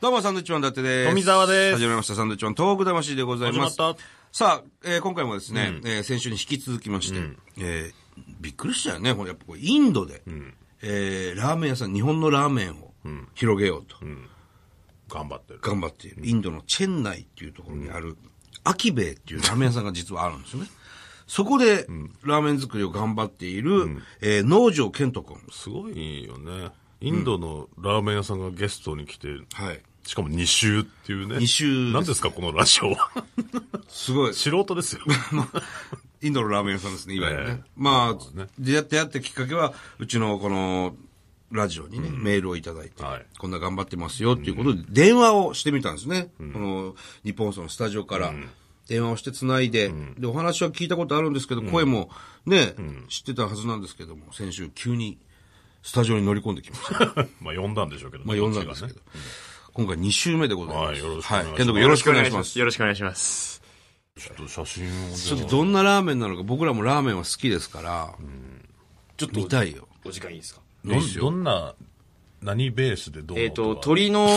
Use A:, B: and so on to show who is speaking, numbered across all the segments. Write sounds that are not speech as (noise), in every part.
A: どうも、サンドウィッチマン伊達です。
B: 富澤です
A: 始まりました、サンドウィッチマン、東北魂でございます。
B: 始まった
A: さあ、えー今回もですね、えー先週に引き続きまして、えーびっくりしたよね、これやっぱこれインドで、えーラーメン屋さん、日本のラーメンを広げようと、
B: 頑張ってる。
A: 頑張っている、インドのチェンナイっていうところにある、アキベイっていうラーメン屋さんが実はあるんですよね。そこで、ラーメン作りを頑張っている、えー農場健人君。
B: すごいよね。インドのラーメン屋さんがゲストに来て、
A: はい。
B: しかも2週っていうね。
A: 二週です
B: 何ですか、このラジオは。 (laughs)
A: すごい。
B: 素人ですよ。 (laughs)
A: インドのラーメン屋さんですね、いわゆるね。
B: ええ
A: まあ、
B: ね
A: 出会ってやってきっかけは、うちのこの、ラジオにね、メールをいただいて、
B: はい
A: こんな頑張ってますよっていうことで、電話をしてみたんですね。この、日本放送のスタジオから、電話をして繋いで、で、お話は聞いたことあるんですけど、声もね、知ってたはずなんですけども、先週急に、スタジオに乗り込んできました。
B: まあ呼んだん (laughs) でしょうけど、
A: まあ、呼んだんですけど。今回2週目でございます。
B: はいよろしくお願い
A: 健人君よろしくお願いし
B: します
A: ます。
C: よろしくお願いします。
B: ちょっと写真を、
A: ちょっとどんなラーメンなのか、僕らもラーメンは好きですから、ちょっと見たいよ。
C: お時間いいですか
B: どんどんな、何ベースでどう
C: えっ、と、
B: とか
C: 鶏の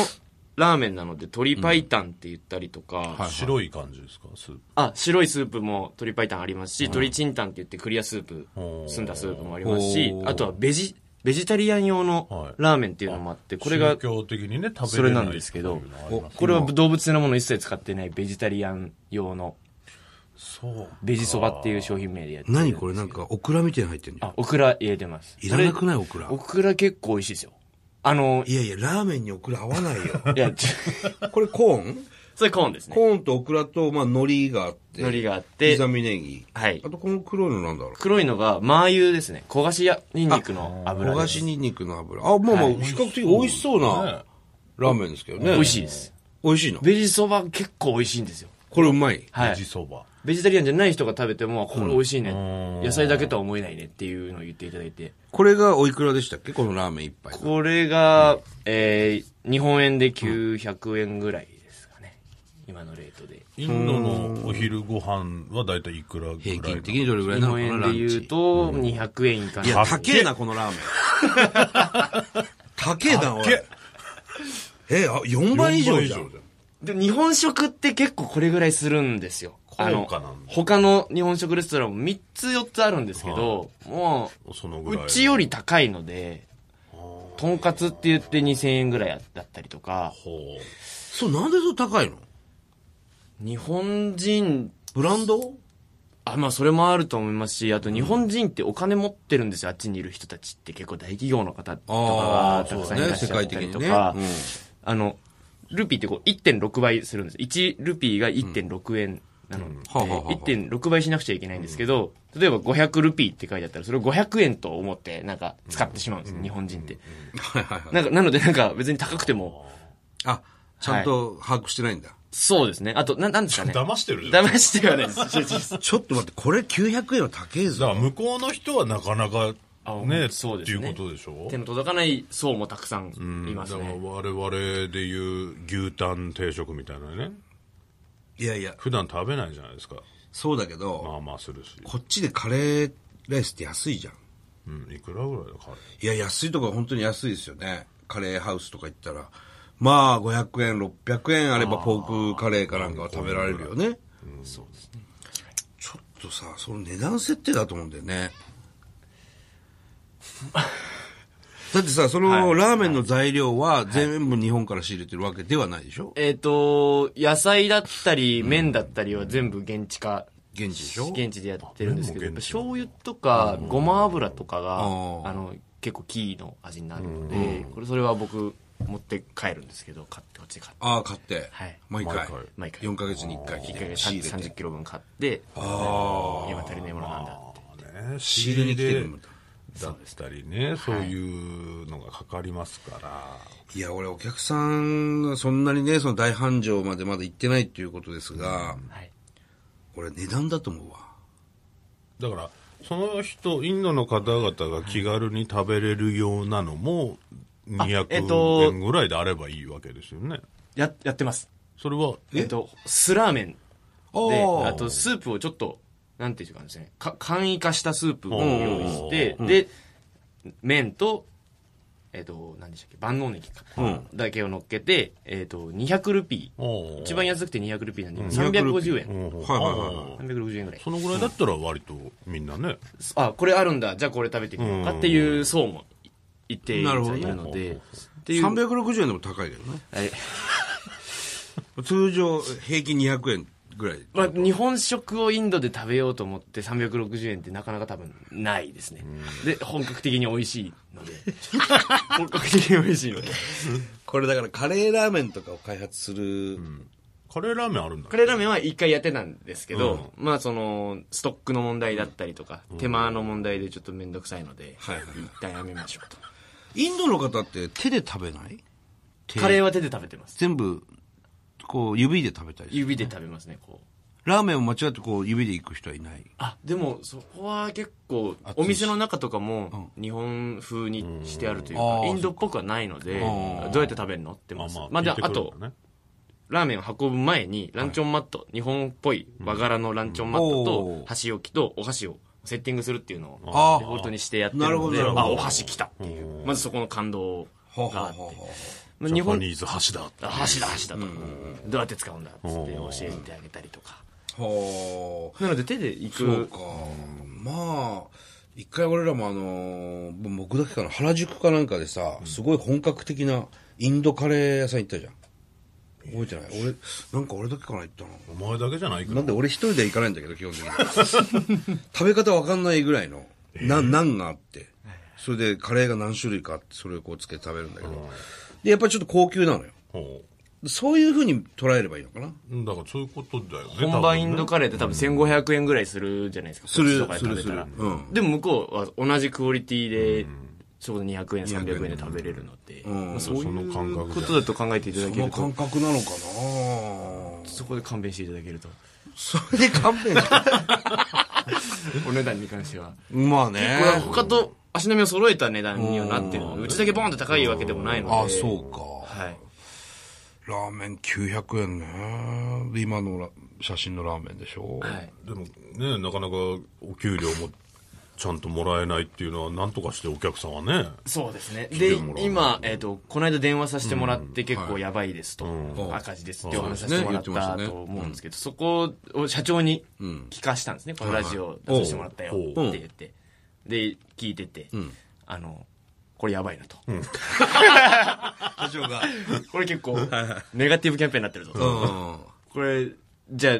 C: ラーメンなので、鶏白湯って言ったりとか、
B: 白い感じですかスープ。
C: あ、白いスープも鶏白湯ありますし、鶏チンタンって言ってクリアスープ、澄んだスープもありますし
A: お、ー
C: あとはベジ、ベジタリアン用
B: はい
C: のラーメンっていうのもあって、これが
B: 宗、教的にね、食べれない
C: それなんですけど
B: っていうのはあります
C: これは動物性のものを一切使ってないベジタリアン用の
B: そう。
C: ベジそばっていう商品名でやってる
A: 何これなんか、オクラみたいに入ってんじゃん。
C: あ、オクラ入れてます。
A: いらなくないいオクラ
C: オ。クラ結構美味しいですよ。あの、
A: いやいや、ラーメンにオクラ合わないよ。
C: いや、ち
A: (laughs) これコーン
C: (laughs) それコーンですね。
A: コーンとオクラと、まあ、海苔があって。
C: 海苔があっ
A: で、
C: て、
A: 刻みネギ。
C: はい
A: あ。とこの黒いのなんだろう。
C: 黒いのが、麻油ですね。焦がしや、ニンニクの油
A: 焦
C: で
A: が
C: す。
A: しニンニクの油。あ、まあまあ、
C: はい
A: 比較的美味しそうなラーメンですけどね。
C: 美味しいです。
A: 美味しいの。
C: ベジそば結構美味しいんですよ。
A: これうまい。
C: は
B: ベジ
C: い。
B: そば。
C: ベジタリアンじゃない人が食べても、あこれ美味しいね。
B: うん
C: 野菜だけとは思えないねっていうのを言っていただいて。
A: これがおいくらでしたっけこのラーメン一杯。
C: これが、えー、日本円で900円ぐらいですかね。今のレートで。
B: インドのお昼ご飯はだいたいいくらぐらいなの
A: 平均的にどれぐらい
C: 日
A: なのか
C: 本
A: な
C: 円
A: ラン
C: で
A: チ
C: 言うと、200円以下
A: いや、
B: た
A: 高
B: っけ
A: えな、このラーメン。 (laughs) 高えな、おい。え、あ、4倍以上じゃん。
C: で、日本食って結構これぐらいするんですよ。
B: 高価なんだ
C: あの他の日本食レストランも3つ4つあるんですけど、も
B: そのぐ
C: う、
B: らいう
C: ちより高いので、とんかつって言って2000円ぐらいだったりとか、
B: ほ
A: そう、なんでそう高いの
C: 日本人、
A: ブランド
C: あ、まあそれもあると思いますし、あと日本人ってお金持ってるんですよ、あっちにいる人たちって結構大企業の方と
A: あ
C: かが
A: あ、
C: た
A: そう
C: くさ
A: だ
C: んいら
A: ね、
C: っ
A: 世
C: しゃっ
A: 界
C: た
A: 的
C: り
A: に
C: と
A: ね。
C: か、
A: うん
C: あの、ルピーってこう1.6倍するんです。1ルピーが1.6円なので、
A: はあはあはあ
C: 1.6倍しなくちゃいけないんですけど、例えば500ルピーって書いてあったら、それを500円と思って、なんか使ってしまうんです、日本人って。
A: はいはいはい。
C: なんか、なのでなんか別に高くても、
A: あ、ちゃんと把握してないんだ。
C: そうですね。あと、な、なんですか
B: う。
C: ね。
B: 騙してるじゃん。だ
C: 騙してはないです。
A: ちょっと待って、これ900円は高え
B: か
A: ぞ。
B: ら向こうの人はなかなか
C: あ、
B: ね、
C: そうです
B: ってい
C: ね
B: うことでしょ
C: 手の届かない層もたくさんいます
B: だから
C: ね。
B: 我々でいう牛タン定食みたいなね。
A: いやいや、
B: 普段食べないじゃないですか。
A: そうだけど、
B: まあまあするし。
A: こっちでカレーライスって安いじゃん。
B: うん、いくらぐらいだか。
A: いや、安いとこは本当に安いですよね。カレーハウスとか行ったら。まあ、500円、600円あればポークカレーかなんかは食べられるよね。
C: そうですね。
A: ちょっとさ、その値段設定だと思うんだよね。 (laughs) だってさ、その
C: はい
A: ラーメンの材料は全部日本から仕入れてるわけではないでしょ
C: えっ、と、野菜だったり、麺だったりは全部現地化
A: 現地でしょ
C: 現地でやってるんですけど、
B: あ麺
C: や
B: も
C: っぱ
B: 現地な
C: 醤油とかごま油とかが、あ
A: うん
C: の、結構キーの味になるので、これそれは僕持って帰るんですけど、買って、こっちで買って。
A: ああ、買って。
C: はい
A: 毎回。
B: 毎回
C: 毎回
A: 4ヶ月に1回
C: 一
A: 来
C: 回
A: て。仕入れ
C: 30
A: て。
C: キロ分買って、
A: あ
C: 今足りないものなんだって。
B: ね、
A: 仕入れに来てるんだ。
B: だったりね、そういうのがかかりますから。
A: いや、俺お客さんがそんなにね、その大繁盛までまだ行ってないっていうことですが、
C: はい。
A: 俺値段だと思うわ。
B: だからその人インドの方々が気軽に食べれるようなのも
C: えっと
B: 200円ぐらいであればいいわけですよね
C: や、やってます。
B: それは
C: えっと、酢ラーメンで、
A: あ
C: あとスープをちょっと、なんていうかですね、か簡易化したスープを用意して、
B: う
C: で、麺とえっ、と、何でしたっけ万能ネギか、
A: うん
C: だけを乗っけて、えっ、と、200ルピー。
B: おー
C: 一番安くて200ルピーなんで、
A: 250
C: 350
A: ル
B: お
C: 円。
B: ー
A: はいはいはいはい
B: あー
C: 360円ぐらい。
B: そのぐらいだったら割とみんなね。
C: あ、これあるんだ。じゃあこれ食べてみようかっていう層も一定い
A: なるほど
C: るので。っていう。
A: 360円でも高いけどね。
C: はい
A: 通常、平均200円ぐらい。
C: まあ、日本食をインドで食べようと思って360円ってなかなか多分ないですね。で、本格的に美味しいので。 (laughs) 本格的に美味しいので。
A: これだからカレーラーメンとかを開発する。
B: カレーラーメンあるんだ
C: カ。レーラーメンは一回やってたんですけど、まあその、ストックの問題だったりとか、手間の問題でちょっとめんどくさいので、
A: はいはいはい
C: 一旦やめましょうと。
A: インドの方って手で食べない手
C: カレーは手で食べてます。
A: 全部、こう、指で食べたりする。
C: 指で食べますね、こう。
A: ラーメンを間違ってこう、指で行く人はいない。
C: あ、でもそこは結構、お店の中とかも日本風にしてあるという
A: うんあ
C: か、
A: ー
C: インドっぽくはないので、
A: そっか
C: どうやって食べるのって
B: まあ
C: ます
B: まあ。。
C: まあ、で
B: 聞いて
C: あ
B: くれる
C: と
B: ん、だね
C: ラーメンを運ぶ前に、ランチョンマット、日本っぽい和柄のランチョンマット
A: うんお
C: と
A: ー、
C: 箸置きとお箸をセッティングするっていうのを、
A: あ
C: デフォル
A: ー
C: トにしてやってる
A: なるほ
C: の
A: ど
C: で、
A: なるほど
C: あ、お箸来たっていう、まずそこの感動
A: はは
C: があ
A: は
C: って
A: は。
C: まあ
B: ジ
C: 日
B: ャパ
C: 本、
B: ニーズ箸だ。
C: あ箸だ箸だと。どうやって使うんだっつって
B: うん
C: 教えてあげたりとか。
A: はあ。
C: なので手で行
A: そう
C: く
A: か。まあ、一回俺らもあのー僕だけかな、原宿かなんかでさ、すごい本格的なインドカレー屋さん行ったじゃん。覚えてない俺、なんか俺だけかな行ったの。
B: お前だけじゃないか
A: な
B: ら
A: ん。で俺一人では行かないんだけど、基本的に。食べ方わかんないぐらいの、な、なんがあって。それでカレーが何種類かあって、それをこうつけて食べるんだけど。で、やっぱりちょっと高級なのよ。
B: ほ
A: そういう風に捉えればいいのかな。
B: うだからそういうことだよね。
C: 本場インド
B: カ
C: カレーって多分1500円ぐらいするじゃないですか。
A: する
C: こっちとかで食べたら
A: するするうん
C: でも向こうは同じクオリティで、ちょうど200円、300円で食べれるので、
A: ん
C: まあそうい
B: その感
C: う
B: 覚で
C: ことだと考えていただ
A: こ
C: け
A: の
C: ると、
A: 感覚なのかな
C: そこで勘弁していた
A: (laughs)
C: だけると。
A: それで勘弁して
C: お値段に関しては。
A: まあ
C: これは
A: ね。
C: 他と足並みを揃えた値段にはなってるので、うちだけボーンって高いわけでもないので。
A: あ、そうか。
C: はい。
A: ラーメン900円ね。で今のラ写真のラーメンでしょ。
C: はい。
B: でもね、なかなかお給料もちゃんともらえないっていうのは、なんとかしてお客さんはね。
C: そうですね。
B: て
C: で
B: もらわな、い
C: 今、えっ、と、この間電話させてもらって結構やばいですと、赤字ですってお話しさせてもらっ
A: そうですね言ったてましたね
C: と思うんですけど、そこを社長に聞かしたんですね。このラジオ出させてもらったよって言って。で、聞いてて、あの、これやばいなと。
A: 社長が。
C: (laughs) これ結構、ネガティブキャンペーンになってるぞと。
A: うん。
C: これ、じゃあ、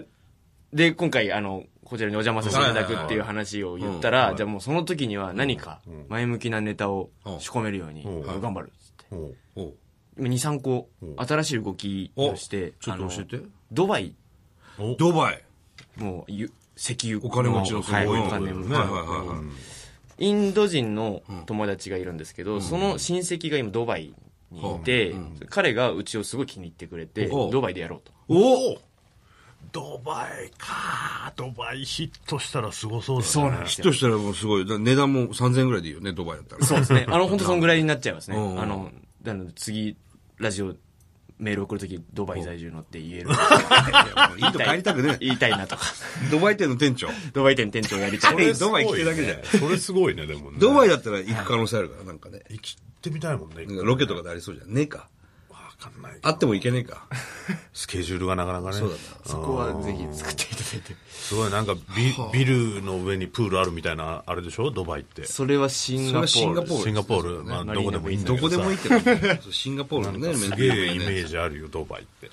C: で、今回、あの、こちらにお邪魔させていただくっていう話を言ったら、じゃあもうその時には何か前向きなネタを仕込めるように、
B: うん
C: あの頑張るっつって。
B: ほう
A: おう
C: 今2、3個、新しい動きをして、
A: ちょっと
C: あの
A: 教えて。
C: ドバイ、
A: ドバイ。
C: もう、ゆ石油の。
A: お金持ちのすご
C: はいい、
A: とこ
C: お
A: だよ
C: 金
A: ね。
C: 持ち
A: はいはい
C: の。
A: はいはい。
C: インド人の友達がいるんですけど、その親戚が今ドバイにいて、彼がうちをすごい気に入ってくれて、
A: お
C: ドバイでやろうと。
B: おドバイかドバイヒットしたらすごそうだね。
C: そうなんで
A: ヒ
C: す
A: ッ
C: よ
A: ト。したらもうすごい。だ値段も3000円ぐらいでいいよね、ドバイだったら。
C: そうで
A: (laughs)
C: すね。あの、本当そのぐらいになっちゃいますね。
A: うん
C: あの、なので次、ラジオ、メール送るとき、ドバイ在住のって
A: (laughs)
C: 言える。
A: インド帰りたくねえ。
C: 言いたい
A: (laughs)
C: なとか。
A: ドバイ店の店長。
C: ドバイ店店長やりたい。
A: ドバイ来てるだけじゃん。
B: それすごいね、でもね。
A: ドバイだったら行く可能性あるから、なんかね。
B: 生きてみたいもんね。
A: なんかロケとかでありそうじゃん。ねえか。
B: わかんないけど
A: あってもいけねえか。
B: スケジュールがなかなかね。
A: そうだな。
C: そこはぜひ作っていただいて。
B: すごい、なんかビビルの上にプールあるみたいな、あれでしょドバイって。
C: それはシンガポール。
A: それはシンガポール
B: シンガポール、まあ、
C: マ
B: ど
C: リー
B: こで
C: ナ
B: も
C: も
B: い
C: い
B: い
C: い
B: ん
C: ん
B: だ
A: ど
B: け
A: こで
B: どさ。
A: もいいってね。そうシンガポールのね、
B: すげえイメージあるよ、ドバイって。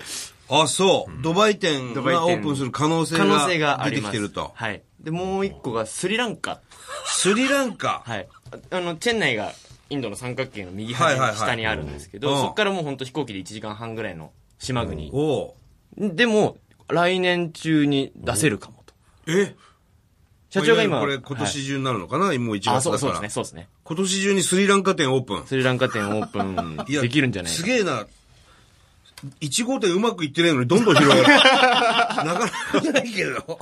A: あ、そう。ドバイ店
C: ドバイ
A: が
C: 店
A: オープンする可能性
C: 可能性が
A: が
C: あ
A: 出て
C: り
A: き
C: ます。
A: てると。
C: はい。で、もう一個がスリランカ。
A: スリランカ。
C: はい。ああの、チェン内がインドの三角形の右端
A: はいはいは
C: の
A: い
C: 下にあるんですけど、
A: うん
C: そこからもう本当飛行機で1時間半ぐらいの島国。
A: おう
C: でも、来年中に出せるかもと。
A: え
C: 社長
A: ま
C: が今。
A: あいわゆるこれ今
C: はい
A: 年中になるのかな、もう1月だから。
C: あ、そうそうですね、そうですね。
A: 今年中にスリランカ店オープン。
C: スリランカ店オープン
A: いや
C: できるんじゃない
A: す
C: か
A: げえな。1号店うまくいってないのにどんどん
C: (laughs)
A: 広がる。なかなかじゃないけど。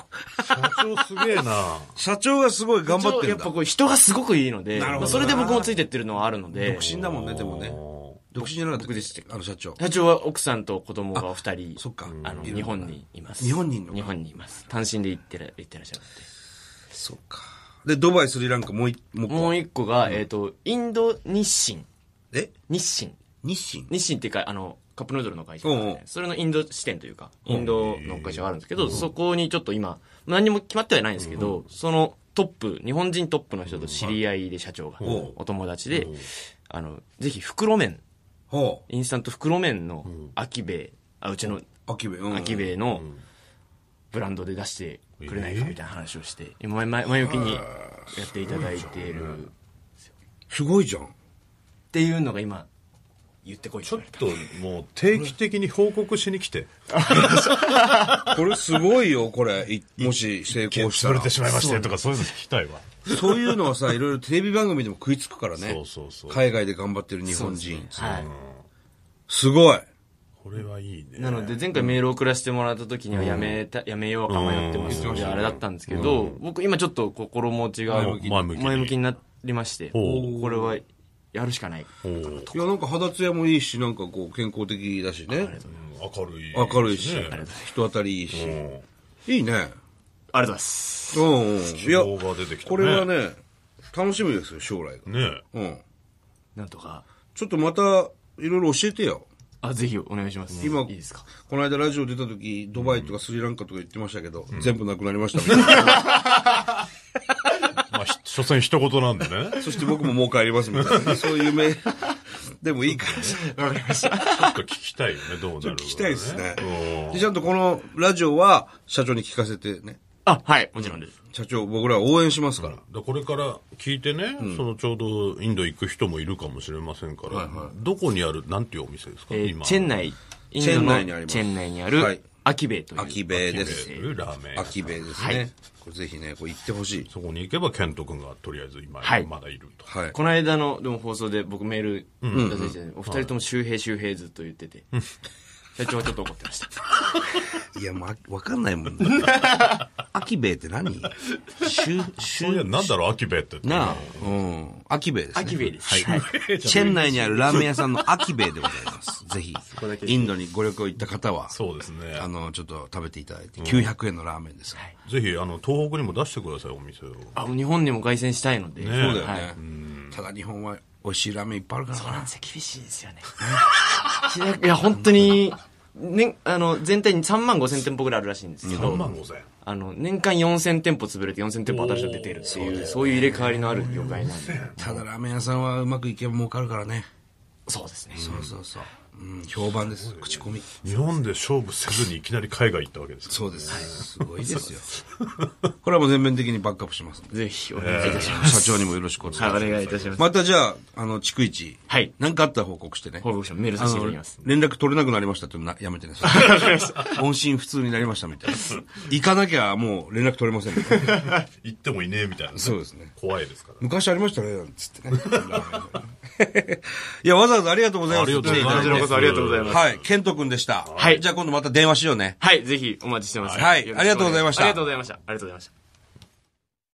B: 社長すげえな。
A: 社長がすごい頑張って
C: や
A: る
C: っ
A: んだ。
C: ぱこう人がすごくいいので、
A: なるほどな
C: それで僕もついてってるのはあるので、
A: 独身だもんね、でもね。独身じゃなかったっけあの社長。
C: 社長は奥さんと子供がお二人、
A: そっか
C: あの、日本にいます。
A: 日本にいんのか
C: 日本にいます。単身で行ってら行ってらっしゃる
A: そうか。で、ドバイ、スリランカ、もう一、もう一
C: ので。も
A: 個
C: う一個が、えっと、インド日清。
A: ええ
C: 日清。
A: 日清
C: 日清っていうか、あの、カップヌードルの会社、
A: うんうん
C: ね、それのインド支店というか、インドの会社があるんですけど、そこにちょっと今、何にも決まってはいないんですけど、そのトップ、日本人トップの人と知り合いで社長が、
A: ん
C: お友達で、あの、ぜひ袋麺、
A: ほ
C: インスタント袋麺の秋兵衛、あ、うちの
A: う。秋部。うん。
C: 秋兵衛のブランドで出してくれないかみたいな話をして、今前前置きにやっていただいている。っ
A: すごいじゃん。
C: ていうのが今、言ってこいって
B: ちょ
C: 言
B: っ
C: われた。
B: ともう定期的に報告しに来て、
A: これすごいよ、これ。いもし成功した
B: 潰れ
A: ら
B: て。しまいましたよとかそういうの聞きたいわ。
A: そういうのはさ、いろいろテレビ番組でも食いつくからね。
B: そうそうそう
A: 海外で頑張ってる日本人。
C: はい。
A: すごい。
B: これはいいね。
C: なので、前回メールを送らせてもらった時にはやめた、やめようか迷ってますので、あれだったんですけど、僕今ちょっと心持ちが
B: 前向きに
C: 前向きになりまして、
B: ほう
C: これはやるしかない。
B: おー
A: いや、なんか肌ツヤもいいし、なんかこう健康的だしね。
B: 明るい。
A: 明るいし
B: ね、
A: 人当たりいいし。
B: うん
A: いいね。
C: ありがとうございます。
A: うんうん。いや、
B: 希望が出てきた
A: こ
B: ね
A: れはね、楽しみですよ、将来が。
B: ねえ
A: うん。
C: なんとか、
A: ちょっとまた、いろいろ教えてよ。
C: あ、ぜひお願いします。
A: 今
C: いいですか
A: この間ラジオ出た時、ドバイとかスリランカとか言ってましたけど、全部なくなりました。
B: まあ、ひ (laughs) 所詮一言なんでね。
A: そして僕ももう帰りますみたいな。そういう夢、でもいいからさ。
C: わかりました。
B: ちょっと聞きたいよね、どうなるか、ね。
A: 聞きたいですね
B: うん。
A: で、ちゃんとこのラジオは社長に聞かせてね。
C: あ、はい、もちろんです。
A: 社長、僕ら応援しますから。
B: でこれから聞いてね、そのちょうどインド行く人もいるかもしれませんから、どこにある、なんていうお店ですか、
C: えーチェン
B: イ。
C: ナイ、イ
A: チェン
C: ンド
A: ナ
C: の
A: イにあります
C: チェンナイにあ
A: はい
C: る、アキベイという。
A: アキベイで
B: ですす。。ラーメン屋
A: アキベイです
C: は
A: ね
C: い。
A: これぜひね、こう行ってほしい。
B: そこに行けば、ケント君がとりあえず今、
C: はい
B: まだいると。
A: はい。
C: この間のでも放送で僕メール出させて、お二人とも周平周平ずっと言ってて、社長はちょっと怒ってました。
A: いや、ま、わかんないもん。
C: (laughs)
A: アキベイって何シュ、シ
B: そういや、
A: ュ、
B: なんだろう、アキベって。
A: なあ。うん。アキベイですね。
C: アキベイです
A: はい。チェン内にあるラーメン屋さんのアキベイでござい
C: (laughs)
A: ます。ぜひ
C: こだ、け
A: インドにご旅行行った方は、
B: そうですね。
A: あの、ちょっと食べていただいて、900円のラーメンです。
B: ぜひ、あの、東北にも出してください、お店を。
C: あ、もう日本にも凱旋したいの
B: ね
C: で。
A: そうだよ
C: はい
A: ね。ただ日本は美味しいラーメンいっぱいあるから
C: そうなん
A: な
C: ですよ、厳しいですよね。いや、本当に、ね、あの、全体に3万5千店舗ぐらいあるらしいんですけ
B: 3
C: ど、
B: 万5千。
C: あの、年間4千店舗潰れて4千店舗新しく出てるっていう、そういう入れ替わりのある業界なんで。
A: ただラーメン屋さんはうまくいけば儲かるからね。
C: そうですね。
A: そうそうそう。うん、評判です。口コミ。
B: 日本で勝負せずにいきなり海外行ったわけですか
A: そうです。すごいですよ。これはもう全面的にバックアップしますんで。
C: ぜひお願いいたします。
A: 社長にもよろしくお願いし
C: は
A: ま
C: い、
A: す。
C: お願いいたします。
A: またじゃあ、あの、逐一。
C: はい
A: 何かあったら報告してね。
C: 報告書メールさせていただきます
A: あ。の連絡取れなくなりましたっていうのなやめてね。音信不通になりましたみたいな。行かなきゃもう連絡取れませんみたいな。 (laughs)
B: 行ってもいねえみたいな。
A: そうですね。
B: 怖いですから。
A: 昔ありましたね、なんつってね。いや、わざわざありがとうございます。
C: こちらこそありがとうございます
A: はい、ケント君でした。
C: はい
A: じゃあ今度また電話しようね。
C: はい、ぜひお待ちしてます。
A: はいありがとうございました
C: ありがとうございました。ありがとうございました。